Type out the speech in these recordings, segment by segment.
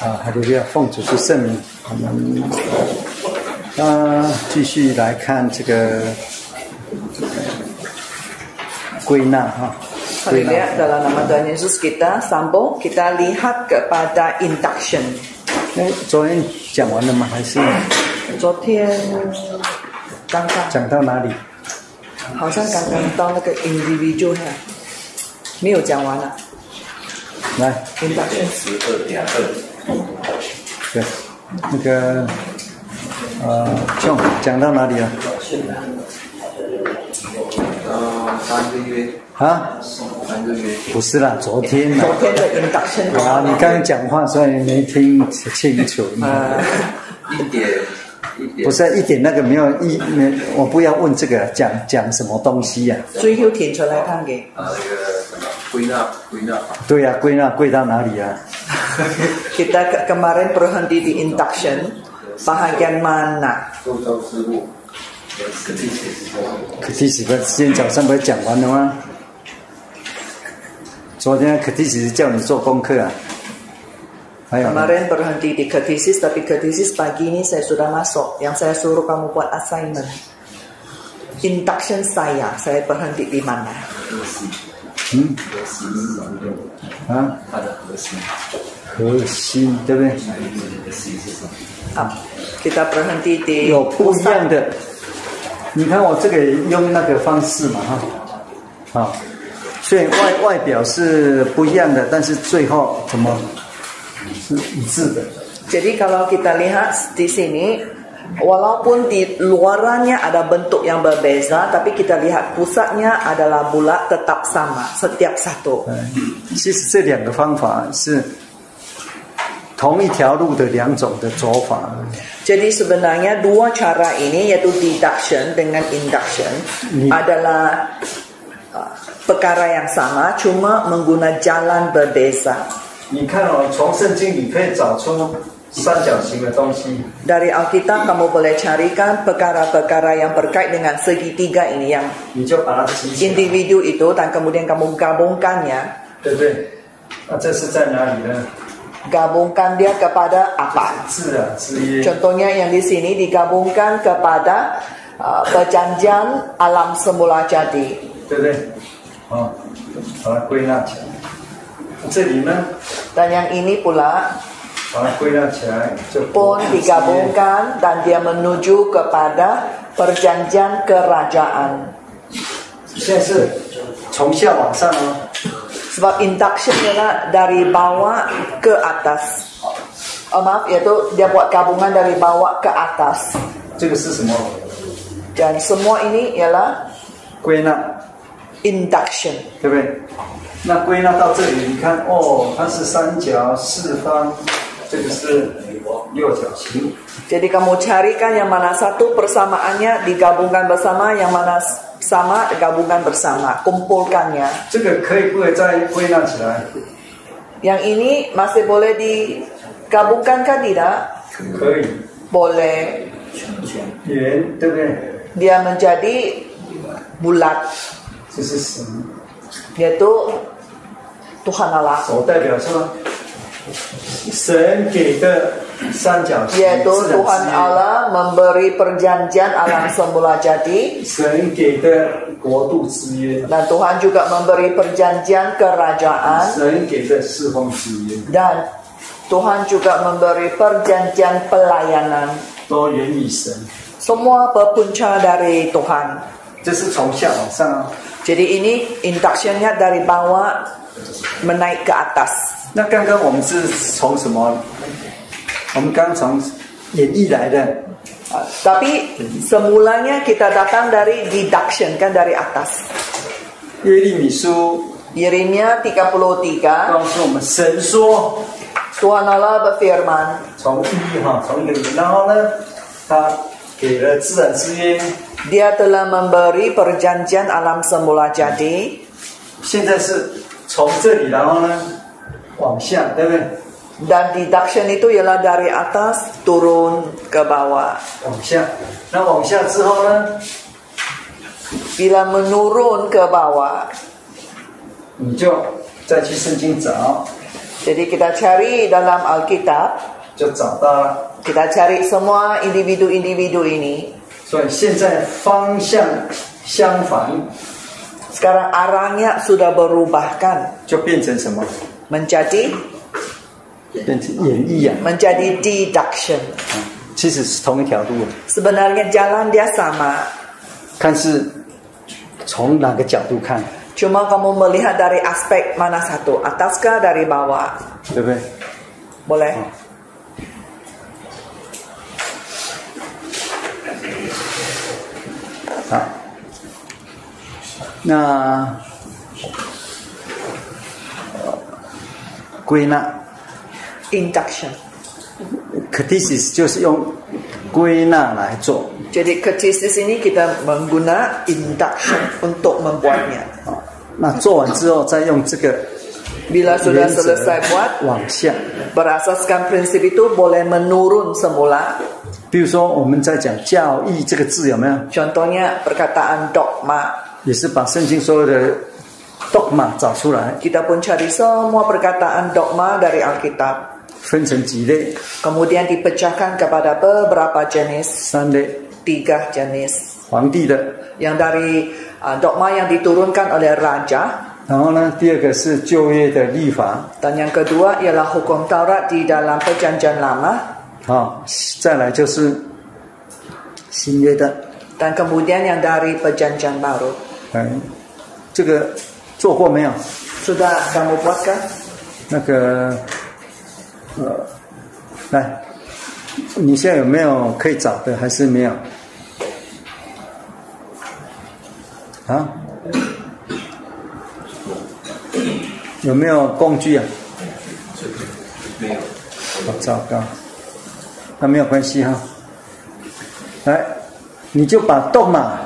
啊，哈利路亚，奉主之圣名，我们啊继续来看这个归纳哈，归纳 Haleluya, dalam nama Tuhan Yesus kita sambung, kita lihat kepada induction. 哎，昨天讲完了吗？还是昨天刚刚讲到哪里？好像刚刚到那个 individual，哈没有讲完了来， induction。十二点二，对，那个呃，就讲到哪里了？呃，三个月，啊，三个月，不是啦，昨天啦昨。天的 induction 啊，你刚刚讲话所以没听清楚。呃一点一点，啊不是一点那个没有一没，我不要问这个讲讲什么东西呀、追求填出来看给，呃那个什么归纳归纳法，对呀、归纳归到哪里啊？ kita ke- kemarin berhenti di induction bahagian mana? 周遭事物和实际写实可第几个？今天早上不是讲完了吗？昨天可第几叫你做功课啊？还有呢 Kemarin berhenti di ketesis tapi ketesis pagi ini saya sudah masuk. Yang saya suruh kamu buat assignment. Induction saya, saya berhenti di mana? 核心，嗯核心是什么？啊，它的核心，核心对不对？那一个核心是什么？ Ah, kita berhenti di 有不一样的。你看我这个用那个方式嘛哈，啊，所以外外表是不一样的，但是最后怎么是一致的？ Jadi kalau kita lihat di sini, walaupun di luarannya ada bentuk yang berbeza, tapi kita lihat pusatnya adalah bulat tetap sama setiap satu. 嗯，其实这两个方法是同一条路的两种的走法， Jadi sebenarnya dua cara ini yaitu deduction dengan induction Ini. adalah uh, perkara yang sama, cuma menggunakan jalan berbeza. 你看哦，从圣经你可以找出三角形的东西， Dari Alkitab kamu boleh carikan perkara-perkara yang berkait dengan segitiga ini yang 你就把它集起来， individu itu dan kemudian kamu ya. gabungkannya 对不对？那、这是在哪里呢？ gabungkan dia kepada apa? 字啊，字耶， Contohnya yang di sini digabungkan kepada uh, perjanjian alam semula jadi. 对不对？哦，把它归纳起来。这里呢， Dan yang ini pula 把它归纳起来就 pun 耶 digabungkan dan dia menuju kepada perjanjian kerajaan. 现在是从下往上哦。 Sebab induction ialah dari bawah ke atas. Oh, maaf, yaitu dia buat gabungan dari bawah ke atas. 这个是什么？ Dan semua ini ialah 归纳。 induction. 对不对？那归纳到这里，你看哦，它是三角四方，这个是六角形， Jadi kamu carikan yang mana satu persamaannya digabungkan bersama, yang mana s- sama gabungan bersama, kumpulkannya. 这个可以不可以再归纳起来？ Yang ini masih boleh digabungkan kan tidak? 可以， Boleh. 圆对不对？ Dia menjadi bulat, 这是什么？ yaitu Tuhan Allah, 手代表什么？神给的三角形， yaitu 自然 Tuhan 之约 Allah memberi perjanjian alam semula jadi 神给的国度之约， dan Tuhan juga memberi perjanjian kerajaan 神给的四方之约， dan Tuhan juga memberi perjanjian pelayanan. 都源于神。 Semua berpunca dari Tuhan. 这是从下往上啊。 Jadi ini inductionnya dari bawah menaik ke atas. 那刚刚我们是从什么？我们刚从演绎来的， Uh, Tapi semulanya kita datang dari deduction kan dari atas. 耶利米书 Yeremia 33, 告诉我们，神说 Tuhan Allah berfirman, 从一哈，从零，然后呢，他给了自然之约， Dia telah memberi perjanjian alam semula jadi 现在是从这里，然后呢往下，对不对？ dan deduction itu ialah dari atas turun ke bawah. 往下，那往下之后呢， Bila menurun ke bawah, 你就再去圣经找， Jadi kita cari dalam Alkitab, 就找到了。 kita cari semua individu-individu ini. 所以现在方向相反， Sekarang arahnya sudah berubah kan? 就变成什么？ Menjadi 变成演绎啊！ menjadi deduction. 其实是同一条路， Sebenarnya jalan dia sama, 看是从哪个角度看， cuma kamu melihat dari aspek mana satu, atas kah dari bawah? 对不对？ Boleh? 好，啊那呃归纳 Induction. ，catechesis 就是用归纳来做 Jadi ketesis ini kita mengguna induction untuk membuatnya. 啊。那做完之后，再用这个 Bila 原 sudah 则 selesai buat, 往下。 berasaskan prinsip itu boleh menurun semula. 比如说，我们在讲教义这个字，有没有？ Contohnya perkataan dogma. 也是把圣经所有的 dogma 找出来， Kita pun cari semua perkataan dogma dari Alkitab. 分成几类， Kemudian dipecahkan kepada beberapa jenis, 三类， tiga jenis. 皇帝的， Yang dari uh, dogma yang diturunkan oleh raja. 然后呢，第二个是就业的立法， Dan yang kedua ialah hukum Taurat di dalam perjanjian lama. 啊、再来就是新约的， Dan kemudian yang dari perjanjian baru. 嗯，这个做过没有？ Sudah kamu buatkan? 那个，呃，来，你现在有没有可以找的，还是没有？啊？有没有工具啊？没有。好糟糕，那没有关系哈、来，你就把动嘛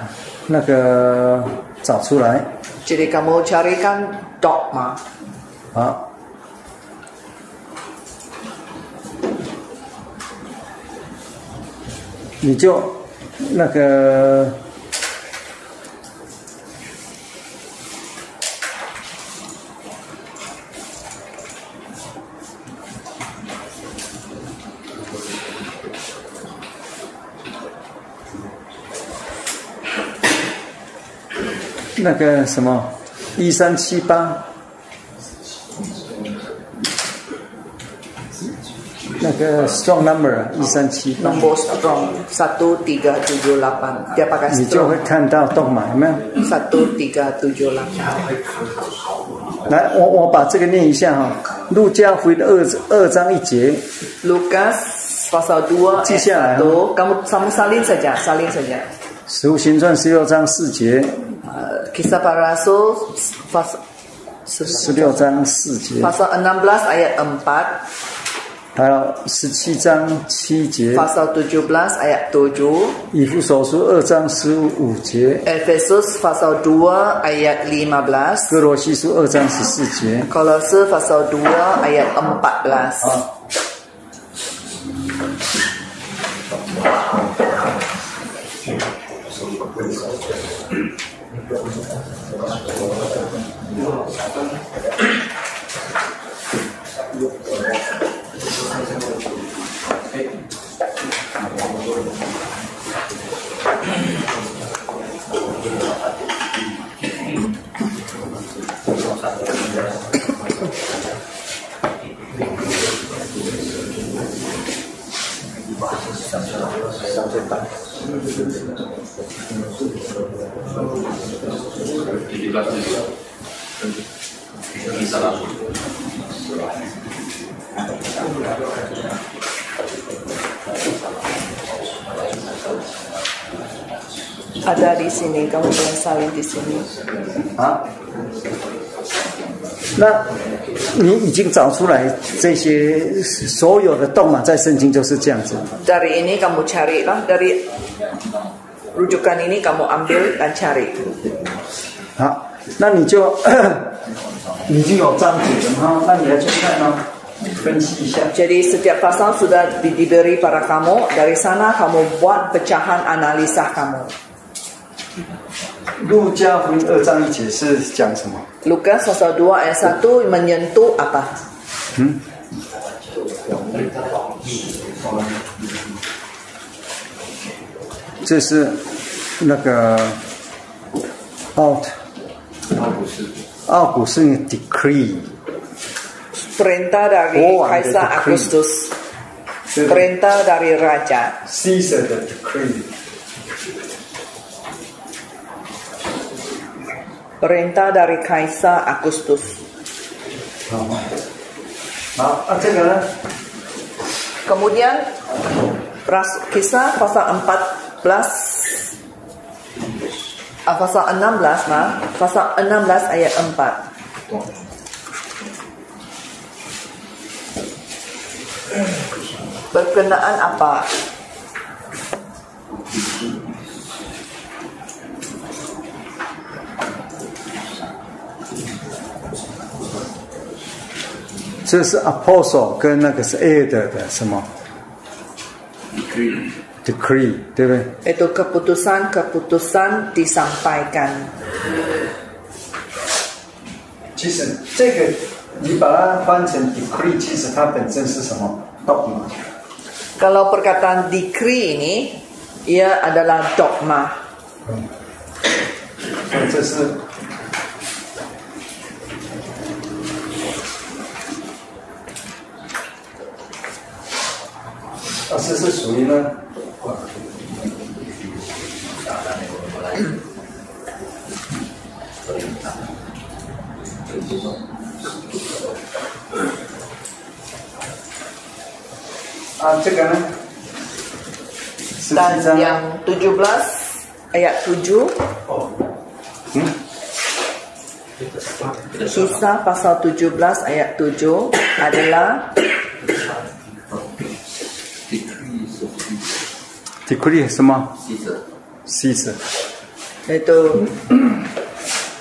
那个找出来， Jadi kamu carikan dogma. 好。你就那个 那个什么一三七八。那个 strong number 啊一三七八， Nombor strong 1378. Dia pakai 你就 strong 会看到动嘛，有没有？ 1378. 来，我我把这个念一下哈，《路加福音》的二二章一节， Lukas pasal 2 Cik Syah, ayat 1. Kamu kamu salin saja, salin saja. 使徒行传十六章四节， Uh, Kisah para rasul pas, 十六章四节， pasal 16 ayat 4, 还有十七章七节， pasal 17 ayat 7, 以弗所书二章十五节， Efesus pasal 2 ayat 15. 哥罗西书二章十四节。 Kolose pasal 2 ayat 14. ada di sini kamu boleh salin di sini 啊，那你已经找出来这些所有的动嘛，在圣经就是这样子。 dari ini kamu carilah dari rujukan ini kamu ambil dan cari 好，那你就 你就有章节了哈，那你来去看哦，分析一下。 jadi setiap pasal sudah di- diberi para kamu dari sana kamu buat pecahan analisa kamu 路加福音二章一节是讲什么？ Lukas pasal 2 ayat 1 menyentuh apa? 这是那个奥奥古斯奥古斯的 decree， Perintah dari Oh, ada decree. Kaisar Agustus. 这个 Perintah dari Raja. Caesar 的 decree， Perintah dari Kaisar Agustus. 好吗，好啊，这个呢， Kemudian ras- kisah pasal 14 ah, pasal 16 maaf, pasal 16 ayat 4. 懂。 Berkenaan apa? 这是 apostle 跟那个是 aid 的什么 Decree decree，对不对？ Itu keputusan-keputusan disampaikan. 其实这个你把它翻成 decree，其实它本身是什么 dogma？ Kalau perkataan decree ini, ia adalah dogma. 所以这是啊，这是属于呢啊，这个呢，十七 Dan 章 yang 17 ayat 7 Kisah pasal 17 ayat 7 adalah Decree decree is of Caesar 什么 Caesar Caesar。 itu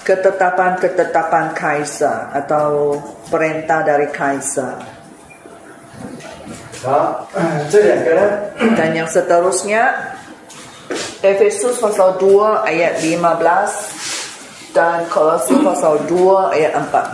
ketetapan-ketetapan kaisar atau perintah dari kaisar. 好，呃这两个呢， Dan yang seterusnya Efesus pasal 2 ayat 15 dan Kolose pasal 2 ayat 14.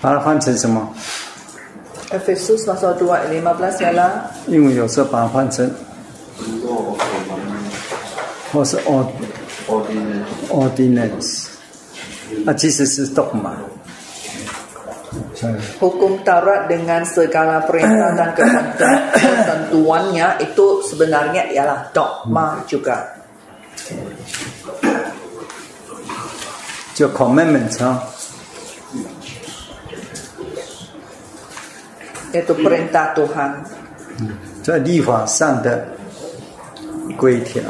把它换成什么？ Efesus pasal 2 ayat 15 ialah 因为有时候把它换成 The law of Roman 或是 ord ordinance ordinance，那其实是 dogma。 Hukum Taurat dengan segala perintah dan ketentuan- ketentuannya itu sebenarnya ialah dogma juga. 就 commandment 啊、 Itu perintah Tuhan. 在立法上的规条。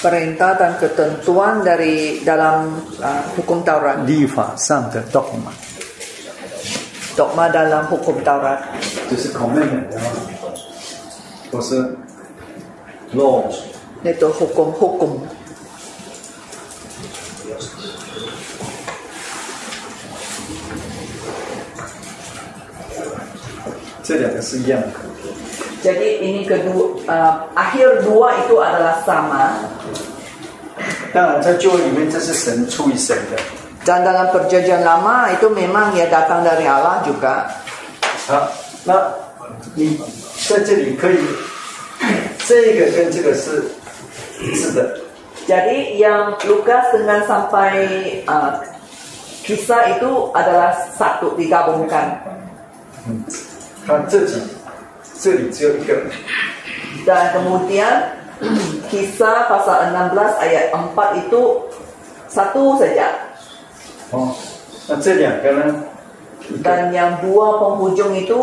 Perintah dan ketentuan dari dalam uh, hukum Taurat. 立法上的 dogma Dogma dalam hukum Taurat. 就是 commandment 啊，或是 law。 Itu hukum-hukum. 这两个是一样的， Jadi ini kedua, uh, akhir dua itu adalah sama. 当然在旧约里面，这是神出于神的。 Dan dalam perjanjian lama itu memang ya datang dari Allah juga. 好，那你在这里可以，这个跟这个是一致的， Jadi yang Lukas dengan sampai uh, kisah itu adalah satu digabungkan 它这己这里只有一个， dan kemudian kisah pasal 16 ayat 4 itu satu saja 哦，那这两个呢？一个 dan yang dua penghujung itu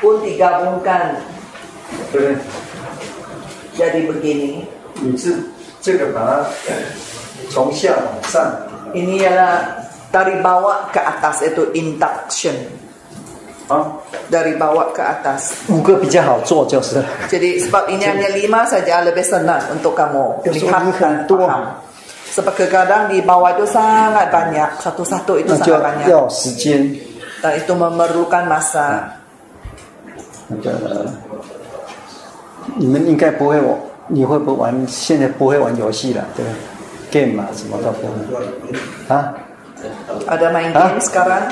pun digabungkan 对不对？ jadi begini 你是这个把它从下往上， ini ialah dari bawah ke atas itu induction 啊， dari bawah ke atas. 五个比较好做就是了。 Jadi sebab ini hanya lima saja lebih senang untuk kamu Terus lihat ini dan dua. paham. Sebab kadang di bawah itu sangat banyak, satu-satu itu 那就 sangat banyak. 要时间， Dan itu memerlukan masa. 那个你们应该不会玩，你会不会玩？现在不会玩游戏了，对吧？game 啊，什么都不会啊！ Ada main Hah? game sekarang,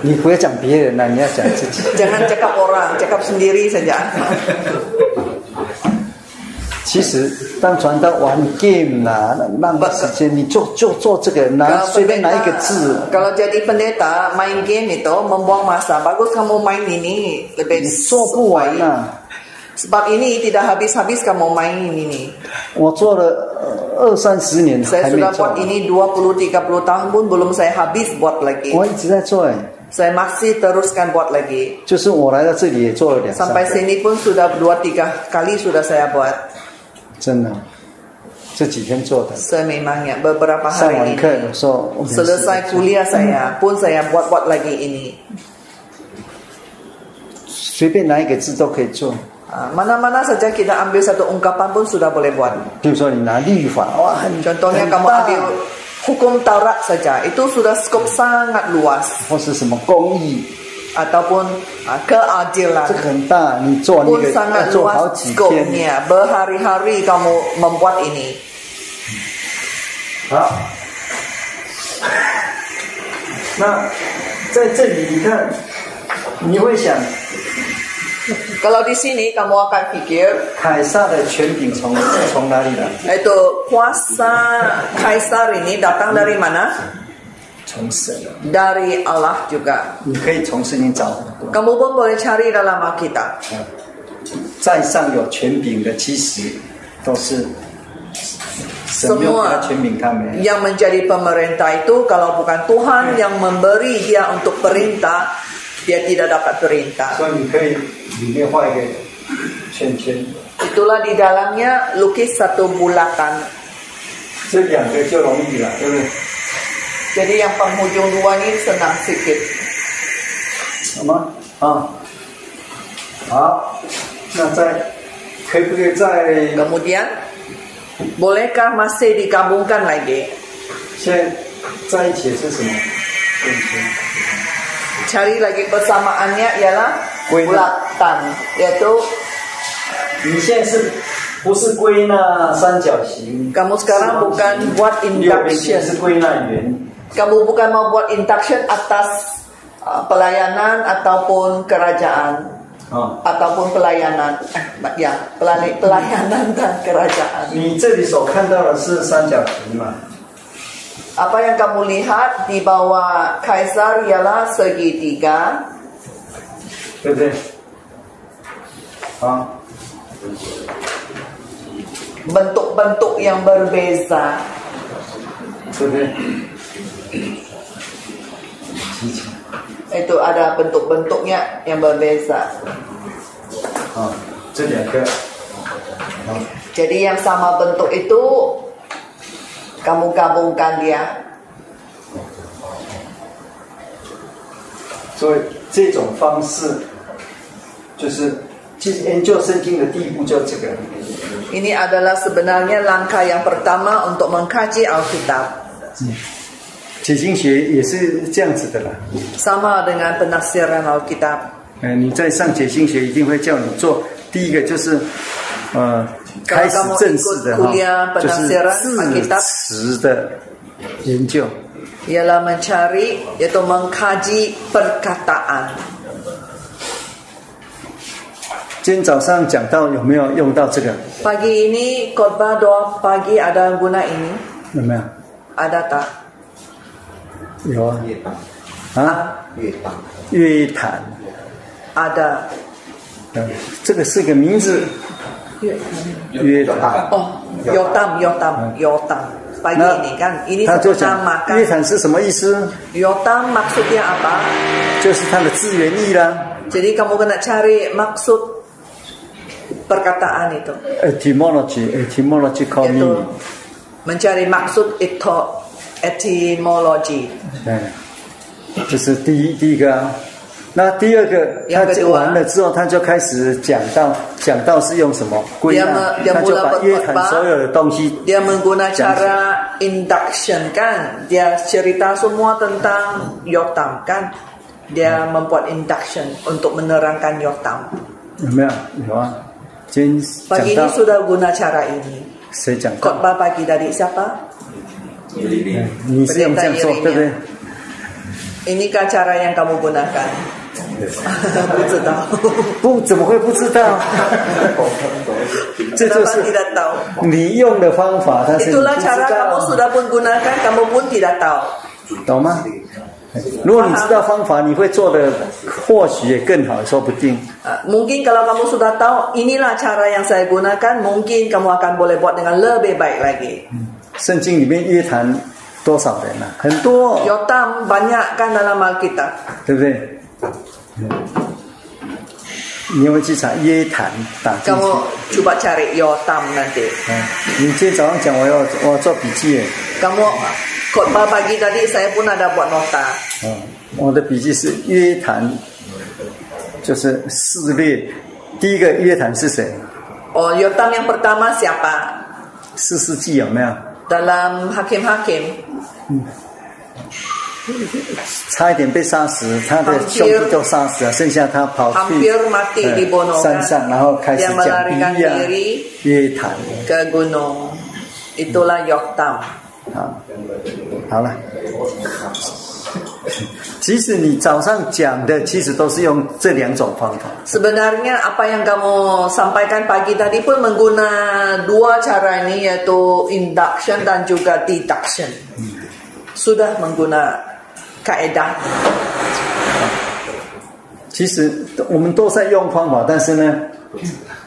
你不要讲别人了，你要讲自己。 jangan cakap orang, cakap sendiri saja. 其实，当传道玩 game 啦、浪费时间，你做做做这个，拿 Kalau 随便拿一个 pendeta- 字， Kalau jadi pendeta main game itu membuang masa. Bagus kamu main ini lebih 你做不完啊 baik. 呐。 Sebab ini tidak habis-habis kamu main ini. 我做了呃二三十年 Saya 还没 sudah 做 buat，ini 20 30 tahun pun belum saya habis buat lagi. 我一直在做哎， Saya masih teruskan buat lagi. 就是我来到这里也做了两三 Sampai 个， sini pun sudah 2 3 kali sudah saya buat 真的，这几天做的。 sememangnya ya, beberapa 上 hari 完 ini. 课有时候我们是 Selesai kuliah saya pun saya buat-buat lagi ini. 随便拿一个字都可以做， Ah, Mana-mana saja kita ambil satu ungkapan pun sudah boleh buat. 比如说你拿律法，哇，很 Contohnya 很 kamu 大 ambil hukum Taurat saja, itu sudah skop sangat luas 或是什么公益， ataupun ah, keadilan 这个很大，你做那 pun 个要 sangat 做好 luas 几天。 skopnya. Berhari-hari kamu membuat ini. 好， 那在这里你看，你会想 Kalau di sini kamu akan pikir 凯撒的权柄从是从哪里来？ itu kuasa kaisar ini datang dari mana? 从神，啊 Dari Allah juga. 你可以从圣经找很多。 Kamu pun boleh cari dalam Alkitab. 在上有权柄的，其实都是神没有给他权柄，他没有。 yang menjadi pemerintah itu kalau bukan Tuhan yang memberi dia untuk perintah dia tidak dapat perintah 说你可以里面画一个圈圈， itulah di dalamnya lukis satu bulatan 这两个就容易了，对不对？ jadi yang penghujung dua ini senang sikit 什么啊？好，那再可不可以再 kemudian bolehkah masih digabungkan lagi 现在在一起是什么？圈圈。 cari lagi persamaannya ialah Kuih. bulatan yaitu 你现在是不是归纳三角形？ kamu sekarang bukan buat 六边形 induction 是归纳圆。 kamu bukan mau buat induction atas uh, pelayanan ataupun kerajaan 啊， ataupun pelayanan eh, ya pelani- pelayanan dan kerajaan 你这里所看到的是三角形嘛？ apa yang kamu lihat di bawah kaisar ialah segitiga 对不对？啊， bentuk-bentuk yang berbeza 对不对？ itu ada bentuk-bentuknya yang berbeza 啊，这两个 jadi yang sama bentuk itu kamu gabungkan dia 所以这种方式，就是其实研究圣经的第一步就这个， ini adalah sebenarnya langkah yang pertama untuk mengkaji Alkitab 解经学也是这样子的啦。 sama dengan penafsiran Alkitab 呃，你在上解经学一定会叫你做第一个就是，呃，开始正式的哈 Kuliah，就是 penafsiran 字 Alkitab 词的研究。 ialah mencari yaitu mengkaji perkataan 今天早上讲到有没有用到这个？ Pagi ini khotbah doa pagi ada guna ini? 有没 Ada tak? 有？有啊越棒啊！越棒，乐坛， Ada. 嗯，这个是个名字，乐坛。 Oh, yotam, yotam, yotam. Pagi ini kan, ini 他 Hmm. 就 satu 讲 nama 乐 kan. 坛是什么意思？ Yotam maksudnya apa? 就是它的字源意啦。 Jadi kamu kena cari maksud perkataan itu. etymology，etymological Yaitu meaning， mencari maksud itu 哎 etimologi. 嗯，这是第一第一个啊。那第二个，啊 Yang 他 kedua 就完了之后，他就开始讲到讲到是用什么归纳 Dia me- dia，他就 mula 把 berkhotbah 约谈所有的东西 Dia menggunakan 讲起 cara induction kan. Dia cerita semua tentang Yotam kan. Dia membuat induction untuk menerangkan Yotam. 有没有？有啊，今天 Pagi ini 讲到 sudah guna cara ini. 谁讲到？ Khotbah pagi dari siapa? 嗯你是用这样做，对不对？ Inikah cara yang kamu gunakan? Aku tahu. 不，怎么会不知道？ 这就 Kenapa 是 tidak tahu? 你用的方法，但是你不 Itulah 知 cara kamu 道， sudah pun gunakan, kamu pun tidak tahu. 懂吗？如果你知道方法，你会做的或许也更好，说不定。 Uh, Mungkin kalau kamu sudah tahu inilah cara yang saya gunakan, mungkin kamu akan boleh buat dengan lebih baik lagi. 圣经里面约谈多少人啊？很多， Yotam banyak kan dalam Alkitab. 对不对？你有没有去查约谈打进去 Kamu？cuba cari Yotam nanti. 嗯你今天早上讲，我要我要做笔记耶。 Kamu khotbah pagi tadi saya pun ada buat nota. 嗯，我的笔记是约谈，就是四列。第一个约谈是谁？ Oh, Yotam yang pertama siapa? 四世纪有没有？ Dalam hakim-hakim 差一点被杀死，他的兄弟都杀死了，剩下他跑去 hampir mati dibunuh 呃 kan? 山上，然后开始 Dia 讲 melarikan 比亚 diri 约谈 ke gunung. Itulah Yotam. 啊，好了。其实你早上讲的，其实都是用这两种方法。 Sebenarnya apa yang kamu sampaikan pagi tadi pun mengguna dua cara ini yaitu induction dan juga deduction. Sudah mengguna kaedah. 其实我们都在用方法，但是呢，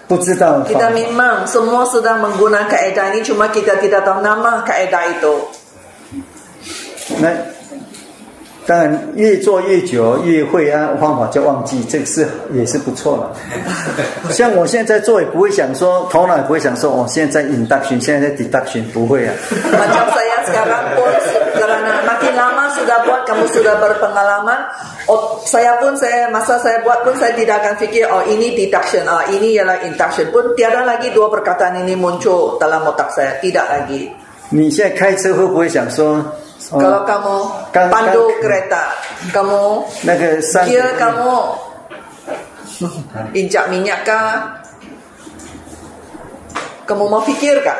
不知道方 Kita 法。 memang semua sedang menggunakan kaedah ini cuma kita tidak tahu nama kaedah itu. 那当然越做越久越会啊，方法就忘记，这个是也是不错了。像我现在做也不会想说，头脑也不会想说，我、哦、现在在 induction，现在在 deduction，不会啊。 Macam saya sekarang pun karena makin lama sudah buat kamu sudah berpengalaman. Oh, saya pun saya masa saya buat pun saya tidak akan fikir oh ini deduction, ah ini ialah induction pun tiada lagi dua perkataan ini muncul dalam otak saya tidak lagi. 你现在开车会不会想说， Kalau 哦、 kamu Oh. Kan- pandu kan- kereta, kamu 那个三 kira kamu injak minyak kah? Kamu mau fikir kah?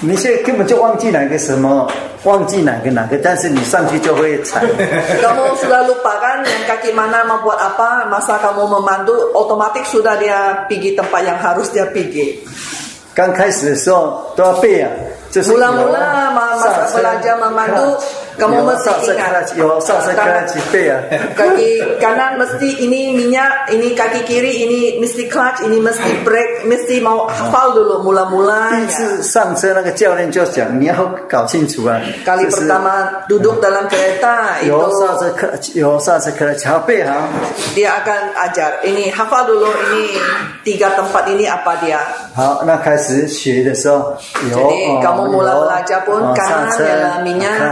你现在根本就忘记哪个什么，忘记哪个哪个，但是你上去就会踩。 Kamu sudah lupakan yang kaki mana membuat apa Masa kamu memandu Otomatis sudah dia pergi tempat yang harus dia pergi 刚开始的时候都要背啊，就是有 Mula-mula masa 刹车 belajar memandu Kamu 有啊 mesti 刹车 ingat 开有刹车开去背 啊。 Kaki kanan mesti ini minyak Ini kaki kiri Ini mesti clutch Ini mesti brake Mesti mau hafal dulu 第 mula-mula 一次上车，那个教练就讲，你要搞清楚啊， Kali 就是 pertama duduk dalam kereta 有刹 Itu 车课，有刹车课，要背啊好。 dia akan ajar Ini hafal dulu Ini tiga tempat ini apa dia 好，那开始学的时候有 Jadi kamu 哦 mula 有 belajar pun 哦刹 kanan 车 ialah minyak, 啊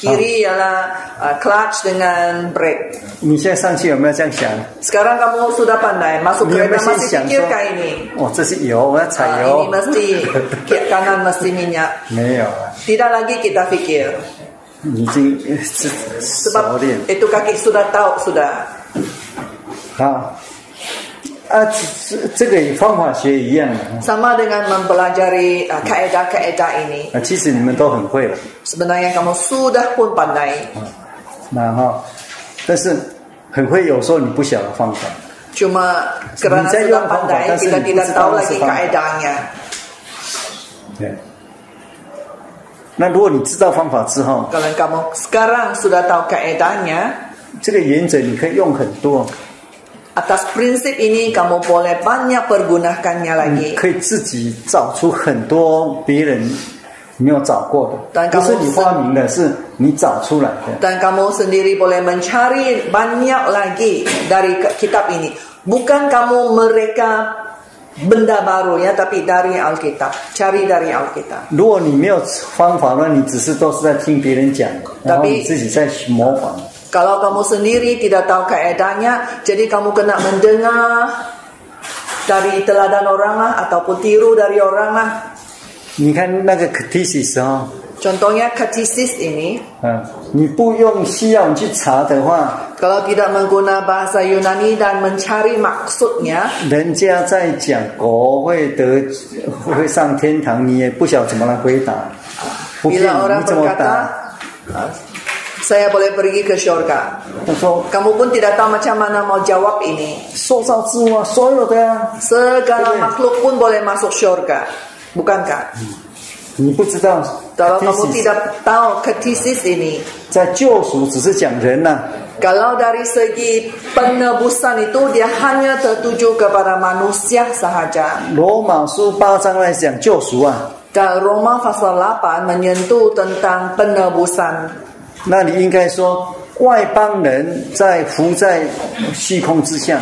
kiri ialah uh, clutch dengan brake. 你现在上去有没有这样想？ Sekarang kamu sudah pandai masuk 你有没 kereta 有先 masih 想说 fikirkah ini?，哦，这是油，我要 Uh, 踩 ini 油？ mesti kiri kanan mesti minyak. 没有啊， Tidak lagi kita fikir 已经呃是熟 sebab 练。 itu kaki sudah tahu sudah. 好，啊，这这个与方法学一样的啊 Sama dengan mempelajari uh, kaedah-kaedah ini. 啊，其实你们都很会了。 Sebenarnya kamu sudah pun pandai. 那哈，但是很会，有时候你不晓得方法。 Cuma kerana Mencari sudah orang pandai faham, kita tapi tidak tidak tahu tahu lagi sebab. kaedahnya. 对。那如果你知道方法之后， Kalau kamu sekarang sudah tahu kaedahnya, 这个原则你可以用很多， atas prinsip ini kamu boleh banyak pergunakannya lagi. 你可以自己找出很多别人没有找过的，但不刚是你发明的，是你找出来的。 Dan kamu sendiri boleh mencari banyak lagi dari ke- kitab ini. Bukan kamu mereka benda baru ya, tapi dari Alkitab. Cari dari Alkitab. 如果你没有方法呢，你只是都是在听别人讲，然后你 Tapi- 自己在模仿。 Kalau kamu sendiri tidak tahu kaedahnya, jadi kamu kena mendengar dari teladan orang lah ataupun tiru dari orang lah. 你看那个 catechesis 哦， Contohnya katesis ini, 嗯，你不用需要你去查的话， kalau tidak menggunakan bahasa Yunani dan mencari maksudnya, 人家在讲国会得会上天堂，你也不晓得怎么来回答。不啊骗 bila 你， orang 你怎么 berkata, "Ah, 答？ saya boleh pergi ke syurga. 他说 Kamu pun tidak tahu macam mana mau jawab ini. 受造之物啊，所有的啊， Segala Betul. makhluk pun boleh masuk syurga. Bukankah? 你不知道。 Kalau kamu catechesis tidak tahu katesis ini, 在救赎只是讲人啊呐、 Kalau dari segi penebusan itu dia hanya tertuju kepada manusia sahaja. 罗马书八章来讲救赎啊， Dan Roma pasal 8 menyentuh tentang penebusan. 那你应该说外邦人在浮在虚空之下，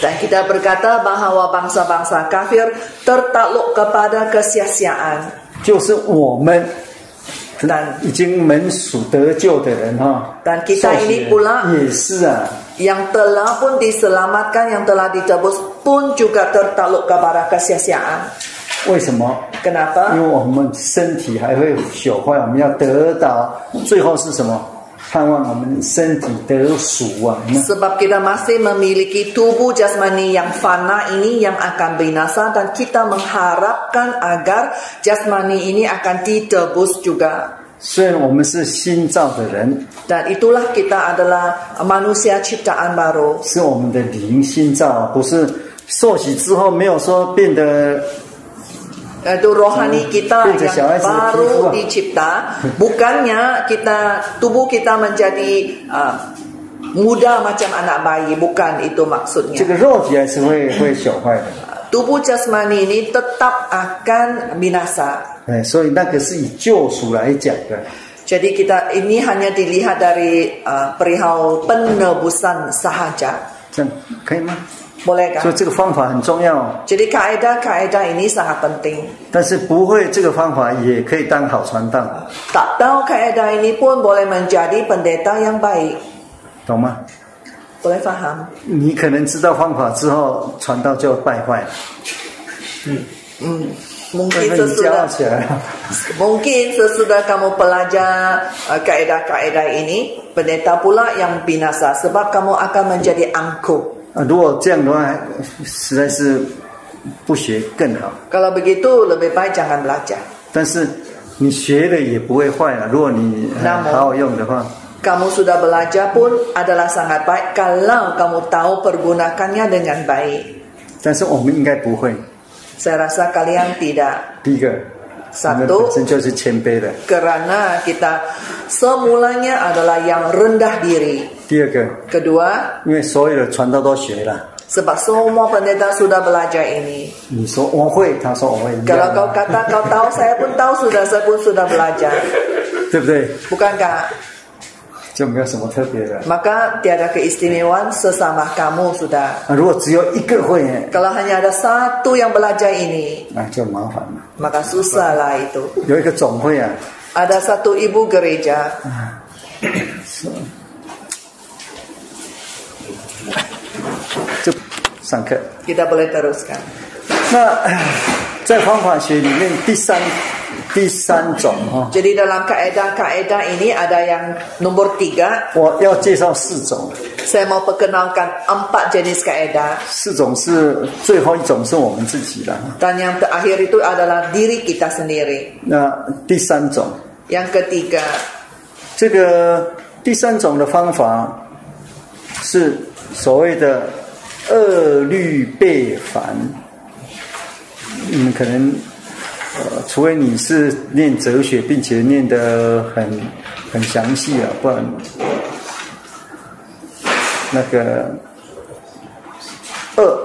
Dan kita berkata bahwa bangsa-bangsa kafir tertakluk kepada kesia-siaan. 就是我们 Dan 已经门属得救的人哈、 dan kita 受洗 ini 人 pula 也是啊， yang telah pun diselamatkan, yang telah ditebus pun juga tertakluk kepada kesia-siaan. 为什么？因 Kenapa? 为我们身体还会朽坏，我们要得到最后是什么？盼望啊我们身体得赎啊！你看 Sebab kita masih memiliki tubuh jasmani yang fana ini yang akan binasa dan kita mengharapkan agar jasmani ini akan ditebus juga. 虽然我们是新造的人， Dan itulah kita adalah manusia ciptaan baru. 是我们的灵新造啊，不是受洗之后没有说变得 Itu rohani kita Itu yang sesuai dengan baru tubuh. dicipta. Bukannya kita tubuh kita menjadi uh, muda macam anak bayi, bukan itu 这 maksudnya. 个肉体还是会会朽坏的， Tubuh jasmani ini tetap akan binasa. 哎，所以那个是以救赎来讲的。 Jadi kita ini hanya dilihat dari uh, perihal penebusan sahaja. 这样可以吗？所以 Bolehkah? 这个方法很重要哦， Jadi kaedah-kaedah ini sangat penting. 但是不会这个方法也可以当好传道， Tak tahu kaedah ini pun boleh menjadi pendeta yang baik. 懂吗？ Boleh faham? 你可能知道方法之后，传道就败坏了， Mungkin 会被你骄傲 sesudah 起来了。 mungkin sesudah kamu pelajar uh, kaedah-kaedah ini, pendeta pula yang binasa sebab kamu akan menjadi angkuh. 啊，如果这样的话，实在是不学更好。 Kalau begitu lebih baik jangan belajar. 但是你学了也不会坏了，如果你、呃那么好好用的话， Kamu sudah belajar pun adalah sangat baik kalau kamu tahu pergunakannya dengan baik. 但是我们应该不会。 Saya rasa kalian tidak 第一个，我们 satu 本身就是谦卑的； kerana kita semulanya adalah yang rendah diri. 第二个， Kedua, 因为所有的传道都学了， sebab semua pendeta sudah belajar ini. 你说我会，他说我会，一 Kalau 样 kau 啊 kata kau tahu, saya pun tahu sudah, saya pun sudah belajar. 对不对？ Bukankah? 就没有什么特别的。 Maka tiada keistimewaan sesama kamu sudah. 啊，如果只有一个会， Kalau hanya ada satu yang belajar ini, 那就麻烦了。 maka susahlah itu. 有一个总会啊， Ada satu ibu gereja. So- 就上课。 Kita boleh teruskan. 那在方法学里面，第三第三种哈、 Jadi dalam kaedah-kaedah ini ada yang nomor tiga. 我要介绍四种， Saya mau perkenalkan empat jenis kaedah. 四种是最后一种是我们自己的。 Dan yang terakhir itu adalah diri kita sendiri. 那第三种， Yang ketiga, 这个第三种的方法是所谓的恶律背反。你们可能，呃，除非你是念哲学，并且念得很很详细啊，不然那个恶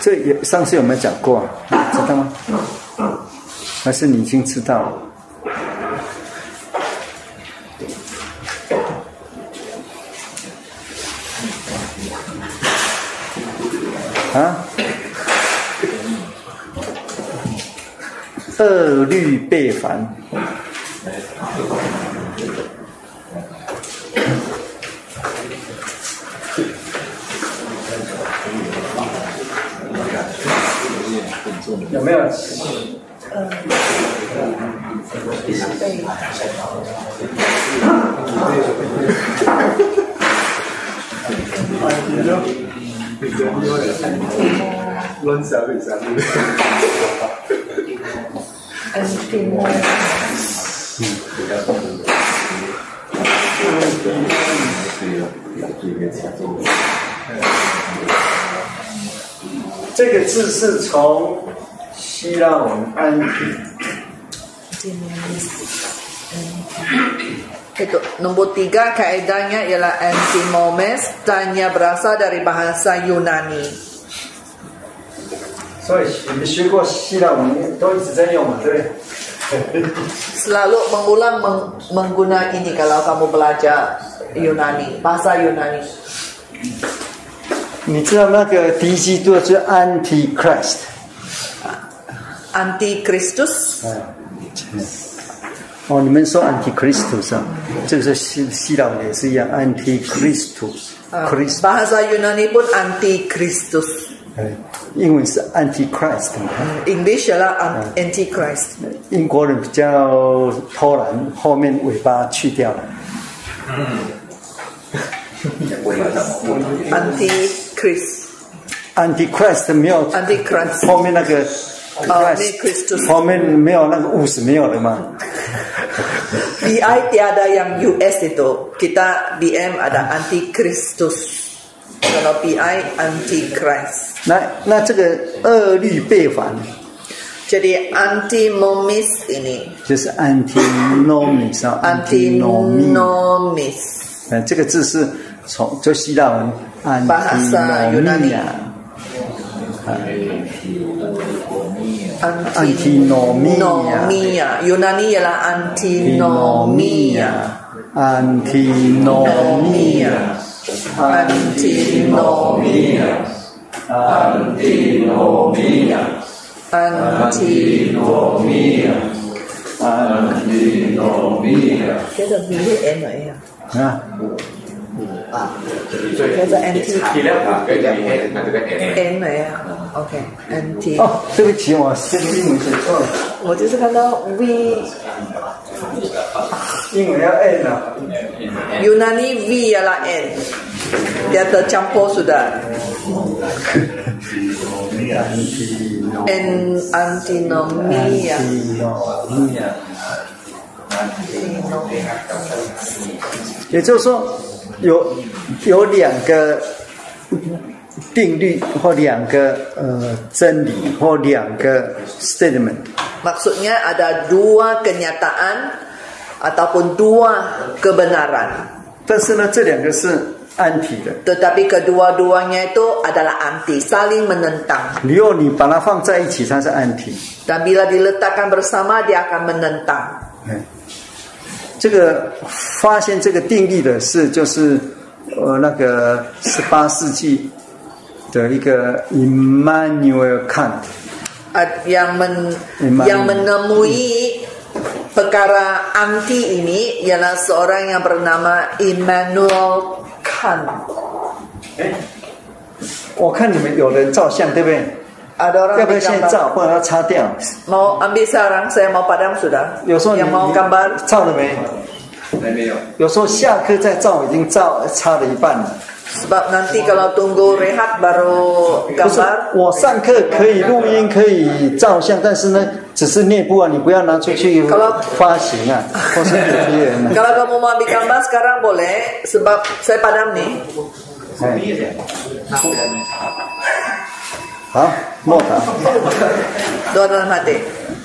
这也上次有没有讲过啊？知道吗？还是你已经知道了？啊，恶律倍烦。有没有？这个字是从希腊文安提 Itu nombor tiga kaedahnya ialah antimomes tanya berasal dari bahasa Yunani. 所以你们学过希腊文，都一直在用嘛，对不对？ Selalu mengulang meng- mengguna ini kalau kamu belajar Yunani, bahasa Yunani. 你知道那个敌基督是 Antichrist， Antikristus 哦，你们说 Antichristus 啊，这个是希希腊文也是一样 uh, ，Antichristus，Christ， bahasa Yunani pun antikristus. 哎英文是 Antichrist，你看 English ialah an- antichrist. 英国人比较偷懒，后面尾巴去掉了。 Antichrist. Antichrist 没有 Antichrist 后面那个啊 Christ， ，Christus 后面没有那个物是没有了嘛？ BI tiada yang US itu. Kita BM ada antikristus. Kalau BI antichrist. 那那这个恶律背反 Jadi antimomis ini 就是 antinomis 啊 antinomy， antinomis 呃，这个字是从就希腊文 Bahasa Yunani antinomia。Antinomia. antinomia Yunani ialah antinomia antinomia，antinomia，啊 antinomia antinomia antinomia dia ada B N lah ya 啊， dia ada anti ทีแรกผมก็จะเอ็นมันจะเป็นเอ็น N 了呀 OK ya. anti 哦，对不起，我这个英文写错了。我就是看到 V 英文要 n 啊， Yunani V ialah N dia tercampur sudah N antinomia antinomia，也就是说，有有两个定律或两个呃真理或两个 statement， Maksudnya ada dua kenyataan ataupun dua kebenaran. 但是呢，这两个是安体的。 Tetapi kedua-duanya itu adalah anti, saling menentang. 如果你把它放在一起，它是安体。 Dan bila diletakkan bersama dia akan menentang. 嗯，这个发现这个定律的是就是呃那个十八世纪的一个 Immanuel Kant， Ad- Yang men, Iman. yang menemui perkara anti ini ialah seorang yang bernama Immanuel Kant. 我看你们有人照相对不对？ Ada orang 要不要 ambil 现在 gambar. 照，不然它擦掉。 Mau ambil sekarang, saya mau padam sudah. 有时候你 Yang mau 你 gambar 照了没？还没有。有时候下课再照，已经照擦了一半了。 Sebab nanti kalau tunggu rehat baru 不是 gambar，我上课可以录音，可以照相，但是呢，只是内部啊，你不要拿出去好了发行啊，或是给别人啊。 Kalau kamu mau ambil gambar sekarang boleh Sebab saya padam nih 好，莫达。 Doa dalam hati